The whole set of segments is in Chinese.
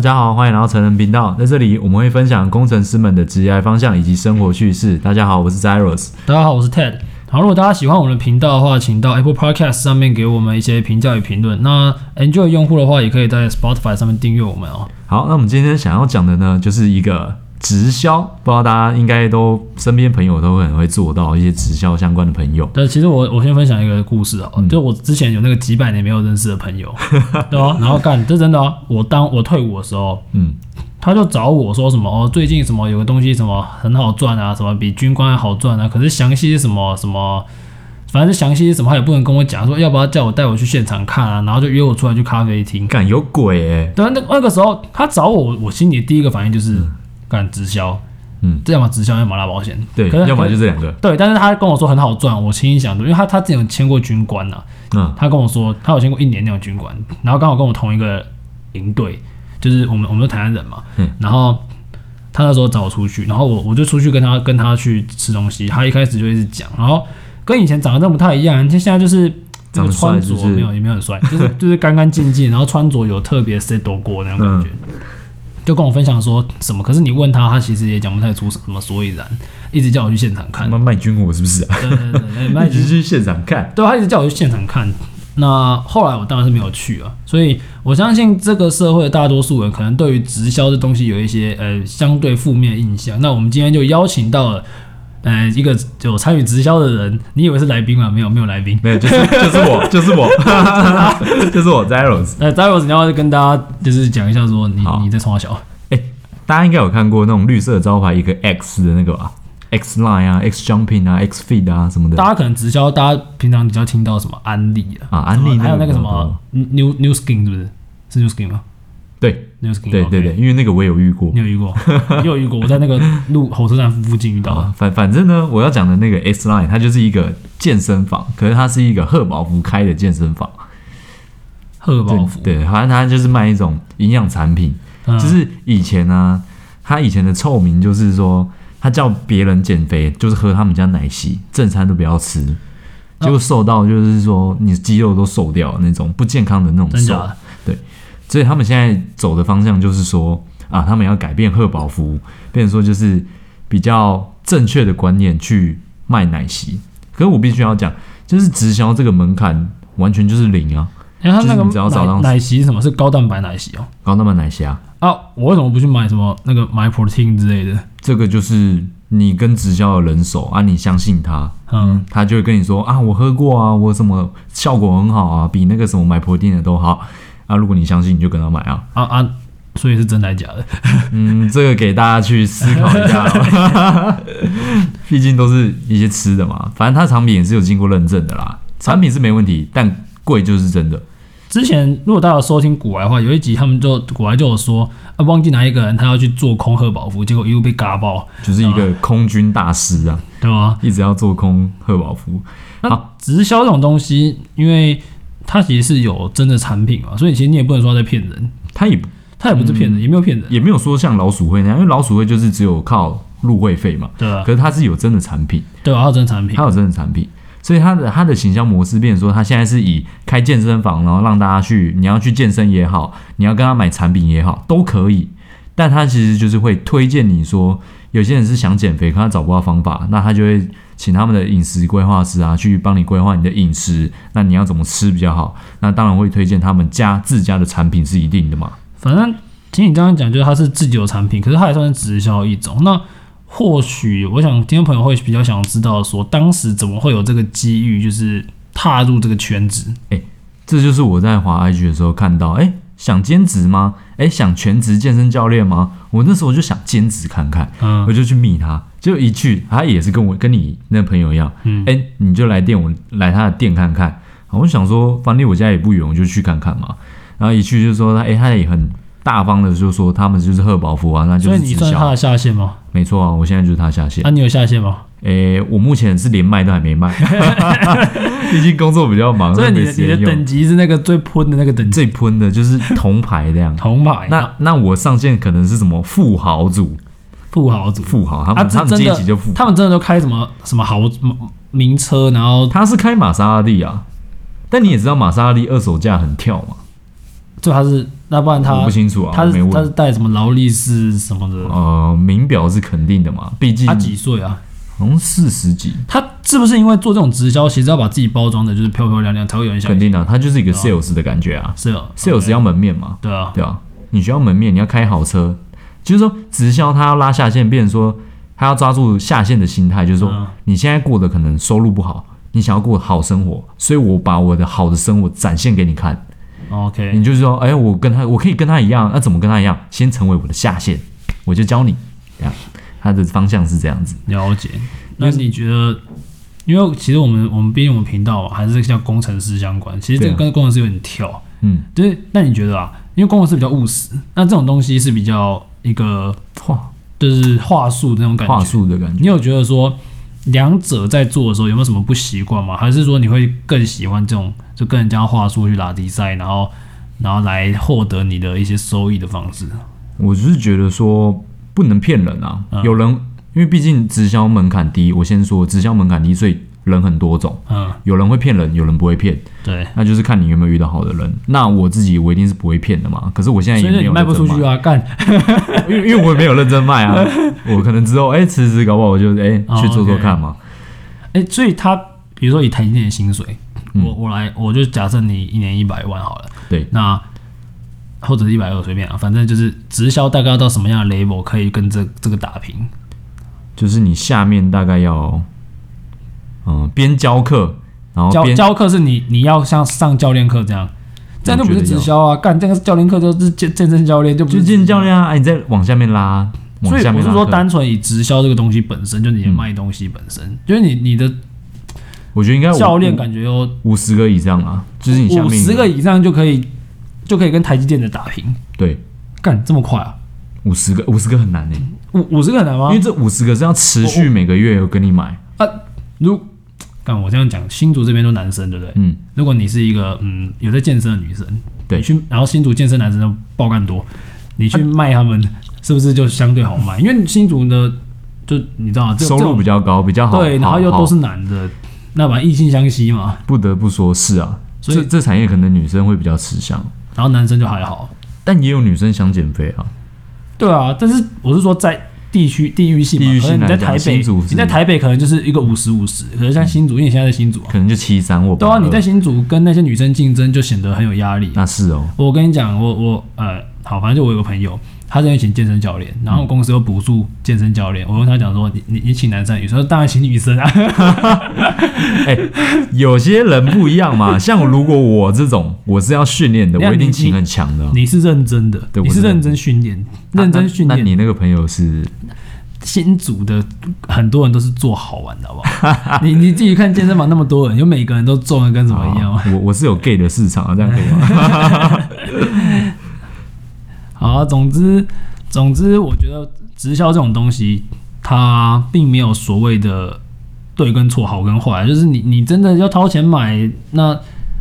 家好，欢迎来到成人频道，在这里我们会分享工程师们的职业方向以及生活趣事。大家好，我是 Zeros。大家好，我是 Ted。好，如果大家喜欢我们的频道的话，请到 Apple Podcast 上面给我们一些评价与评论。那 Enjoy 用户的话，也可以在 Spotify 上面订阅我们哦。好，那我们今天想要讲的呢，就是一个直销，不知道大家应该都呃身边朋友都很会做到一些直销相关的朋友。但其实我我先分享一个故事哦，就我之前有那个几百年没有认识的朋友，对啊，然后干，这真的啊，我当我退伍的时候，嗯，他就找我说什么哦，最近什么有个东西什么很好赚啊，什么比军官还好赚啊，可是详细是什么什么，反正是详细是什么他也不能跟我讲，说要不要叫我带我去现场看啊，然后就约我出来去咖啡厅你。敢有鬼哎、对啊，那那个时候他找我，我心里第一个反应就是干直销，嗯，这要么直销，要么拉保险，对可，是要么就这两个。对。但是他跟我说很好赚，我心里想的，因为他他之前有签过军官啊呐、嗯，他跟我说他有签过一年那种军官，然后刚好跟我同一个营队，就是我们我们都台湾人嘛，嗯然后。他那时候找我出去，然后我我就出去跟他跟他去吃东西。他一开始就一直讲，然后跟以前长得真的不太一样，你看现在就是这长个得帅穿着就是没有也没有很帅，就是 就是干干净净，然后穿着有特别 set 过那种感觉。就跟我分享说什么，可是你问他，他其实也讲不太出什么所以然，一直叫我去现场他看。妈卖军火是不是啊？对对对对，那一直 去现场看。对他一直叫我去现场看。那后来我当然是没有去啊，所以我相信这个社会的大多数人可能对于直销这东西有一些呃相对负面的印象。那我们今天就邀请到了呃一个有参与直销的人，你以为是来宾吗？没有，没有来宾。没有，就是就是我，就是 我，就是我 Zeros。那 z a r o 你要跟大家就是讲一下说你好你在冲啥小，哎大家应该有看过那种绿色招牌一个 X 的那个吧？X Line 啊，X Jumping 啊，X Feed 啊什么的大家可能直销，大家平常比较听到什么安利啊，啊，安利还有那个嗯比较个什多么 New New Skin 是不是？是 New Skin 吗对？New Skin 对嗯 OK 对对，因为那个我也有遇过你。有遇过？ 你有遇过？我在那个路火车站附近遇到的。啊，反反正呢，我要讲的那个 X Line，它就是一个健身房，可是它是一个贺宝福开的健身房。贺宝福，对，反正它就是卖一种营养产品，嗯就是以前呢、它以前的臭名就是说，它叫别人减肥，就是喝他们家奶昔，正餐都不要吃，哦结果瘦到就是说你肌肉都瘦掉了那种不健康的那种真假瘦。的？所以他们现在走的方向就是说啊，他们要改变贺宝福，变成说就是比较正确的观念去卖奶昔。可是我必须要讲，就是直销这个门槛完全就是零啊，因为他就那是个你只要找到奶奶昔是什么是高蛋白奶昔哦。高蛋白奶昔啊，啊，我为什么不去买什么那个 My Protein 之类的？这个就是你跟直销的人手啊，你相信他，嗯，他就会跟你说啊，我喝过啊，我什么效果很好啊，比那个什么买破店的都好啊。如果你相信，你就跟他买啊。啊啊，所以是真的还是假的？嗯，这个给大家去思考一下咯，毕竟都是一些吃的嘛。反正它产品也是有经过认证的啦，产品是没问题，但贵就是真的。之前如果大家有收听古来的话，有一集他们就古来就有说啊，忘记哪一个人他要去做空贺宝福，结果一路被嘎爆，就是一个空军大师啊，对吗？一直要做空贺宝福。那好直销这种东西，因为它其实是有真的产品嘛，所以其实你也不能说他在骗人，他也他也不是骗嗯人，也没有骗人，也没有说像老鼠会那样，因为老鼠会就是只有靠入会费嘛，对吧、可是它是有真的产品。对啊，它有真的产品它，有真的产品，所以它的它的行销模式变成说，它现在是以开健身房，然后让大家去，你要去健身也好，你要跟他买产品也好，都可以。但它其实就是会推荐你说，有些人是想减肥，可他找不到方法，那他就会请他们的饮食规划师啊，去帮你规划你的饮食，那你要怎么吃比较好？那当然会推荐他们家自家的产品是一定的嘛。反正听你这样讲，就是它是自己有产品，可是它也算是直销一种。那或许我想听众朋友会比较想知道说，当时怎么会有这个机遇，就是踏入这个圈子？这就是我在滑 IG 的时候看到，哎，想兼职吗？哎，想全职健身教练吗？我那时候就想兼职看看。嗯我就去密他，就一去，他也是跟我跟你那朋友一样，嗯哎、你就来店我来他的店看看。然后我想说，反正离我家也不远，我就去看看嘛。然后一去就说他，哎、他也很大方的就说他们就是贺宝福啊，那就所以是你直算是他销的，下线吗？没错啊，我现在就是他下线。啊，你有下线吗？哎、我目前是连卖都还没 卖， 毕竟工作比较忙，所以你没的时你间的用。等级是那个最喷的那个等级，，最喷的就是铜牌这样 铜牌那那我上线可能是什么富豪组，富豪组，富豪他们、啊，他这们真阶的级就富豪，他们真的都开什么什么豪名车，然后他是开玛莎拉蒂啊，但你也知道玛莎拉蒂二手价很跳嘛，就他是，那不然他我不清楚啊，他我是没他是问。带什么劳力士什么的？呃，名表是肯定的嘛，毕竟他几岁啊？好像四十几，他是不是因为做这种直销，其实要把自己包装的就是漂漂亮亮，才会有人想肯定的、啊，他就是一个对啊 sales 的感觉啊是哦，sales 要门面嘛，对啊，对啊，你需要门面，你要开好车，就是说直销他要拉下线，变成说他要抓住下线的心态，就是说、嗯你现在过得可能收入不好，你想要过好生活，所以我把我的好的生活展现给你看， OK，你就是说，哎，我跟他，我可以跟他一样，那、怎么跟他一样？先成为我的下线，我就教你，这样，他的方向是这样子，了解。那你觉得？因为其实我们我们毕竟我们频道啊还是像工程师相关，其实这个对跟工程师有点跳。嗯，就是那你觉得啊？因为工程师比较务实，那这种东西是比较一个话就是话术的那种感觉。话术的感觉你。有觉得说两者在做的时候有没有什么不习惯吗？还是说你会更喜欢这种就跟人家话术去拉低赛，然后然后来获得你的一些收益的方式？我只是觉得说不能骗人啊，嗯有人因为毕竟直销门槛低，我先说直销门槛低，所以人很多种，嗯，有人会骗人，有人不会骗，对。那就是看你有没有遇到好的人。那我自己我一定是不会骗的嘛，可是我现在所也以哎没你有卖不出认去真卖，啊，干因为因为我也没有认真卖 啊，我可能之后哎辞职，搞不好我就哎哦去做做看嘛，哎、所以他比如说以台积电的薪水，嗯我我来我就假设你一年一百万好了，对，那或者一百二随便啊，反正就是直销大概要到什么样的 level 可以跟这这个打平？就是你下面大概要嗯边教课，然后教哦边教课是你你要像上教练课这样，这样就不是直销啊！干这个是教练课就是健健身教练，就不就是见教。练啊，哎你再往下面拉，所往以下我面是拉说课单纯以直销这个东西本身，就你的卖东西本身，就是你你的我觉得应该教练五感觉有五十个以上啊，就是你下五面十个以上就可以就可以跟台积电的打平，对干这么快啊？五十个五十个很难呢、五五十个很难吗因为？这五十个是要持续每个月有跟你买，啊，如干我这样讲，新竹这边都男生对不对？嗯，如果你是一个嗯有在健身的女生，对你去然后新竹健身男生都爆干多，你去卖他们是不是就相对好卖？因为新竹呢，就你知道这收入比较较高，比较好，对，然后好又都是好男的，那把异性相吸嘛，不得不说是啊，所以这这产业可能女生会比较吃香，然后男生就还好。但也有女生想减肥啊，对啊，但是我是说在地区地域性嘛，地域可性能你在来讲台北，新竹你是在台北可能就是一个五十五十，可是像新竹，因为你现在在新竹啊，可能就七三或对啊， 82你在新竹跟那些女生竞争就显得很有压力。那是哦，我跟你讲，我我呃，好，反正就我有个朋友，他在那边请健身教练，然后公司又补助健身教练。我跟他讲说，你你你请男生还是女生，他说当然请女生啊。哎、有些人不一样 嘛，像如果我这种我是要训练的，那我一定你请很强的啊、你是认真的，对你我是是认真训练，那认真训那，那练。你那个朋友是新组的很多人都是做好玩的，好不好？你你自己看健身房那么多人，有每个人都重的跟什么一样吗？啊我我是有 gay 的市场啊，这样可以吗？ 好啊，总之，总之，我觉得直销这种东西，它并没有所谓的对跟错、好跟坏，就是你你真的要掏钱买，那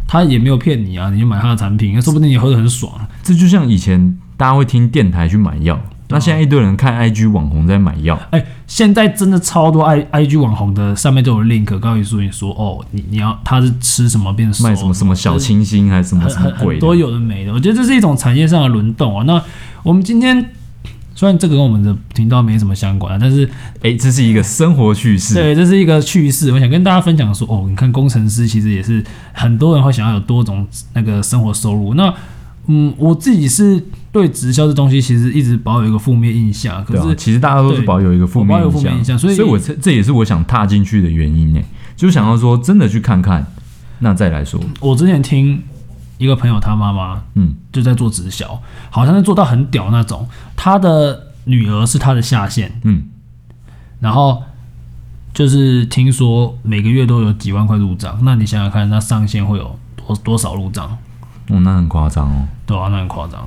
他也没有骗你啊，你就买他的产品，那说不定你喝得很爽。这就像以前大家会听电台去买药，啊那现在一堆人看 IG 网红在买药，哎、现在真的超多 i i g 网红的上面都有 link，告诉你说，哦，你你要他是吃什么变哦瘦，卖什么什么小清新还是什么很什么很鬼很多的，有的没的，我觉得这是一种产业上的轮动啊。那我们今天虽然这个跟我们的频道没什么相关啊，但是哎，这是一个生活趣事，对，这是一个趣事，我想跟大家分享说，哦，你看工程师其实也是很多人会想要有多种那个生活收入。那嗯，我自己是对直销这东西其实一直保有一个负面印象，可对啊，是其实大家都是对保有一个负我保面有负面印印象象，所以我这这也是我想踏进去的原因呢，就想要说真的去看看，那再来说，我之前听一个朋友他妈妈嗯，就在做直销，好像是做到很屌那种，他的女儿是他的下线，嗯，然后。就是听说每个月都有几万块入账，那你想想看，那上限会有多多少入账？哦，那很夸张哦，对啊，那很夸张。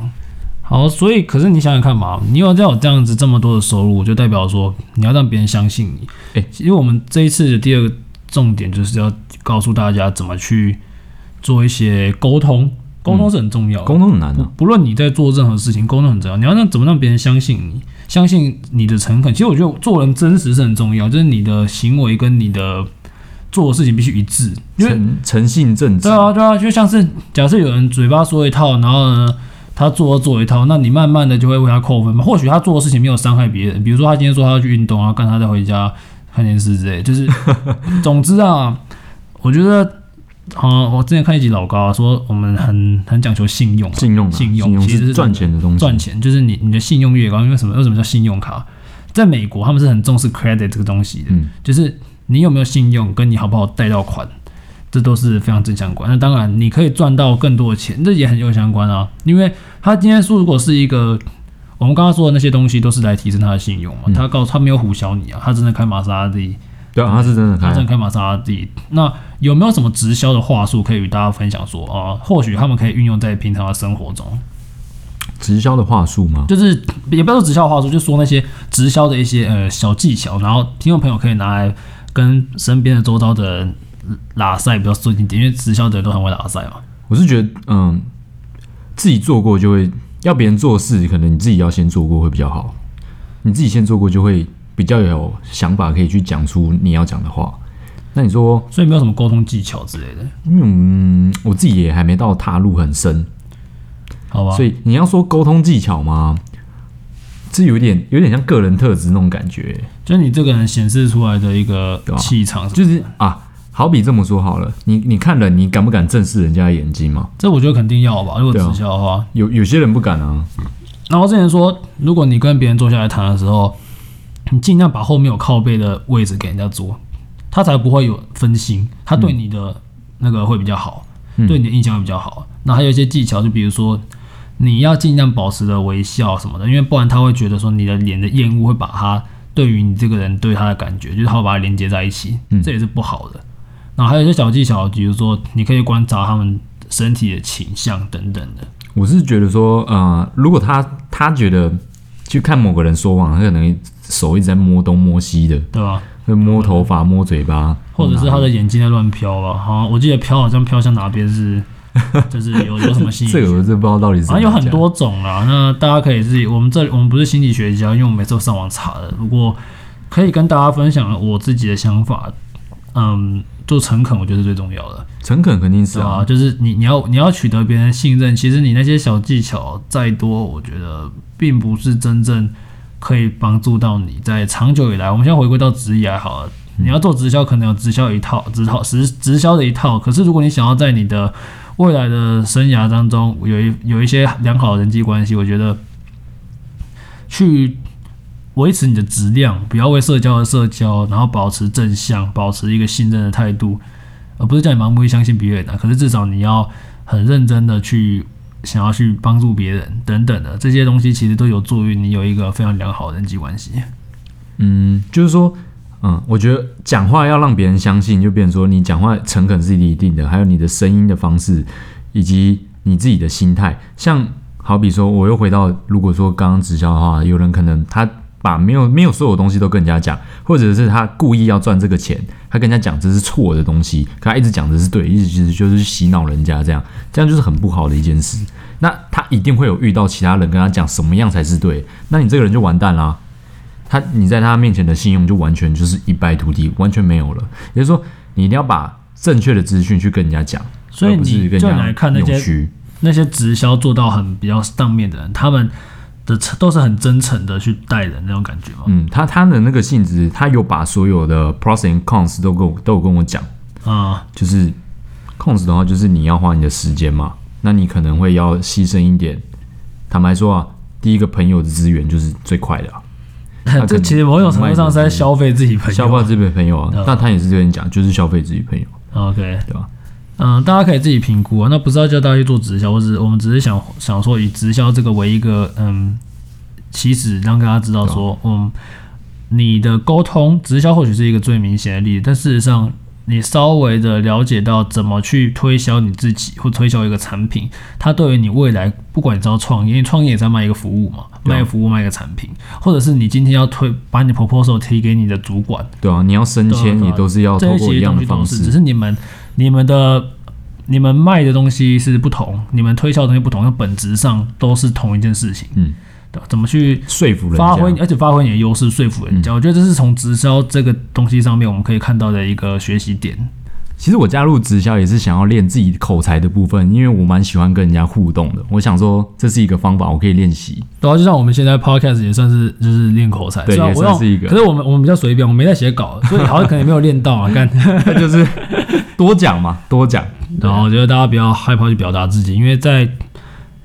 好，所以可是你想想看嘛，你有这样有这样子这么多的收入，就代表说你要让别人相信你。哎其实我们这一次的第二个重点就是要告诉大家怎么去做一些沟通，沟通是很重要的。沟通很难啊，不论你在做任何事情，沟通很重要。你要让怎么让别人相信你，相信你的诚恳。其实我觉得做人真实是很重要，就是你的行为跟你的做的事情必须一致，因为诚诚信正直啊对，啊，对啊，就像是假设有人嘴巴说一套，然后呢，他做做一套，那你慢慢的就会为他扣分嘛。或许他做的事情没有伤害别人，比如说他今天说他要去运动，然后干他再回家看电视之类的，就是 总之啊，我觉得，嗯，我之前看一集老高、啊、说我们很很讲求信用啊，信用啊，信用信用其实是是赚钱的东西，赚钱就是你你的信用越高，因为什么？为什么叫信用卡？在美国，他们是很重视 credit 这个东西的，嗯就是你有没有信用，跟你好不好贷到款，这都是非常正相关。那当然，你可以赚到更多的钱，这也很有相关啊。因为他今天说，如果是一个我们刚刚说的那些东西，都是来提升他的信用嘛。嗯他告诉他没有唬小你啊，他真的开玛莎拉蒂，对啊，他是真的他开真的啊，开玛莎拉蒂。那有没有什么直销的话术可以与大家分享说啊？或许他们可以运用在平常的生活中。直销的话术吗？就是也不要说直销的话术，就说那些直销的一些呃小技巧，然后听众朋友可以拿来跟身边的周遭的人拉塞比较顺一点，因为直销的人都很会拉塞嘛。我是觉得，嗯，自己做过就会，要别人做事，可能你自己要先做过会比较好。你自己先做过，就会比较有想法，可以去讲出你要讲的话。那你说，所以没有什么沟通技巧之类的，嗯，我自己也还没到踏入很深，好吧？所以你要说沟通技巧吗？这有点有点像个人特质那种感觉，就是你这个人显示出来的一个对啊气场，就就是啊，好比这么说好了，你你看人，你敢不敢正视人家的眼睛嘛？这我觉得肯定要吧。如果对啊直销的话，有有些人不敢啊，然后之前说，如果你跟别人坐下来谈的时候，你尽量把后面有靠背的位置给人家坐，他才不会有分心，他对你的那个会比较好，嗯对你的印象会比较好。那还有一些技巧，就比如说你要尽量保持着微笑什么的，因为不然他会觉得说你的脸的厌恶会把他对于你这个人对他的感觉，就是他会把它连接在一起，嗯这也是不好的。然后还有一些小技巧，比如说你可以观察他们身体的倾向等等的。我是觉得说，呃，如果他他觉得去看某个人说谎，他可能手一直在摸东摸西的，对吧？会摸头发、摸嘴巴，或者是他的眼睛在乱飘嗯吧，好像我记得飘好像飘向哪边 是，就是有有什么心理这个学，我真不知道到底是怎反么正有讲很多种啦。那大家可以自己，我们这我们不是心理学家，因为我每次都上网查的。不过可以跟大家分享我自己的想法，嗯，做诚恳我觉得是最重要的，诚恳肯定是对吧、啊，就是你你要你要取得别人的信任，其实你那些小技巧再多，我觉得并不是真正可以帮助到你在长久以来。我们现在回归到职业好了，你要做直销，可能有直销一套，直套直直销的一套。可是如果你想要在你的未来的生涯当中有一有一些良好的人际关系，我觉得去维持你的质量，不要为社交而社交，然后保持正向，保持一个信任的态度，而不是叫你盲目去相信别人啊。可是至少你要很认真的去。想要去帮助别人等等的这些东西，其实都有助于你有一个非常良好的人际关系。嗯，就是说，嗯，我觉得讲话要让别人相信，就变成说你讲话诚恳是一定的，还有你的声音的方式，以及你自己的心态。像好比说，我又回到如果说刚刚直销的话，有人可能他把没有没有所有东西都跟人家讲，或者是他故意要赚这个钱，他跟人家讲这是错的东西，可他一直讲的是对，一直其实就是洗脑人家这样，这样就是很不好的一件事。那他一定会有遇到其他人跟他讲什么样才是对，那你这个人就完蛋啦、他你在他面前的信用就完全就是一败涂地，完全没有了。也就是说，你一定要把正确的资讯去跟人家讲，所以而不是你跟就人来家看那扭些曲。那些直销做到很比较上面的人，他们的都是很真诚的去待人那种感觉嘛。嗯，他他的那个性质，他有把所有的 pros and cons 都跟我都有跟我讲，啊、 就是 cons 的话，就是你要花你的时间嘛，那你可能会要牺牲一点。坦白说啊，第一个朋友的资源就是最快的、啊，可这能其实某种程度上是在消费自己朋友。消化这边朋友啊对啊，那他也是跟你讲，就是消费自己朋友， OK，对吧？嗯，大家可以自己评估啊。那不是要叫大家去做直销，我只我们只是想想说以直销这个为一个嗯起始，让大家知道说，嗯，你的沟通直销或许是一个最明显的例子，但事实上。你稍微的了解到怎么去推销你自己，或推销一个产品，它对于你未来，不管你知道创业，因为创业也在卖一个服务嘛，对啊卖一个服务，卖一个产品，或者是你今天要推把你的 proposal 提给你的主管，对啊，你要升对啊迁对啊也都是要这透些过其一实样东的西都方是，式只。是你们你们的你们卖的东西是不同，你们推销的东西不同，但本质上都是同一件事情。嗯对啊吧，怎么去说服人家，嗯发挥，而且发挥你的优势，说服人家，我觉得这是从直销这个东西上面我们可以看到的一个学习点。其实我加入直销也是想要练自己口才的部分，因为我蛮喜欢跟人家互动的。我想说这是一个方法，我可以练习。 对啊，就像我们现在 podcast 也算是就是练口才，对虽也然我算用是一个可是我们我们比较随便，我们没在写稿，所以好像可能也没有练到啊。 干，那就是 多讲嘛，多讲。然后我觉得大家不要害怕去表达自己，因为在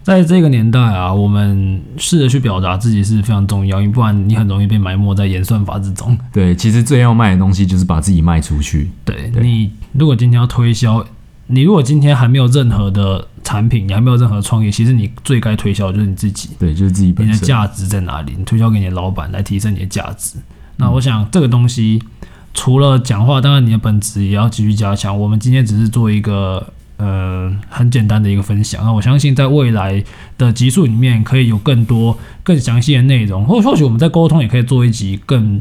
在这个年代啊，我们试着去表达自己是非常重要，因为不然你很容易被埋没在演算法之中。对，其实最要卖的东西就是把自己卖出去。对对你，如果今天要推销，你如果今天还没有任何的产品，你还没有任何创业，其实你最该推销的就是你自己，对，就是自己本你的身。价值在哪里？你推销给你的老板来提升你的价值。那嗯我想这个东西，除了讲话，当然你的本质也要继续加强。我们今天只是做一个呃很简单的一个分享，那我相信在未来的集数里面可以有更多更详细的内容，或或许我们在沟通也可以做一集更。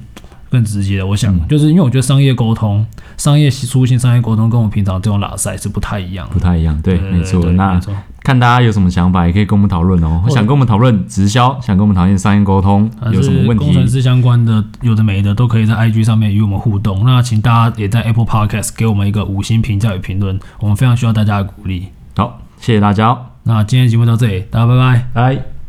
更直接的，我嗯想、就是因为我觉得商业沟通、商业书信、商业沟通跟我们平常这种拉塞是不太一样的不。太一样，对，没错。那没错看大家有什么想法，也可以跟我们讨论哦。或者想跟我们讨论直销，想跟我们讨论商业沟通，有什么问啊工程题？师相关的有的没的都可以在 IG 上面与我们互动。那请大家也在 Apple Podcast 给我们一个五星评价与评论，我们非常需要大家的鼓励。好，谢谢大家哦，那今天的节目到这里，大家拜拜。拜。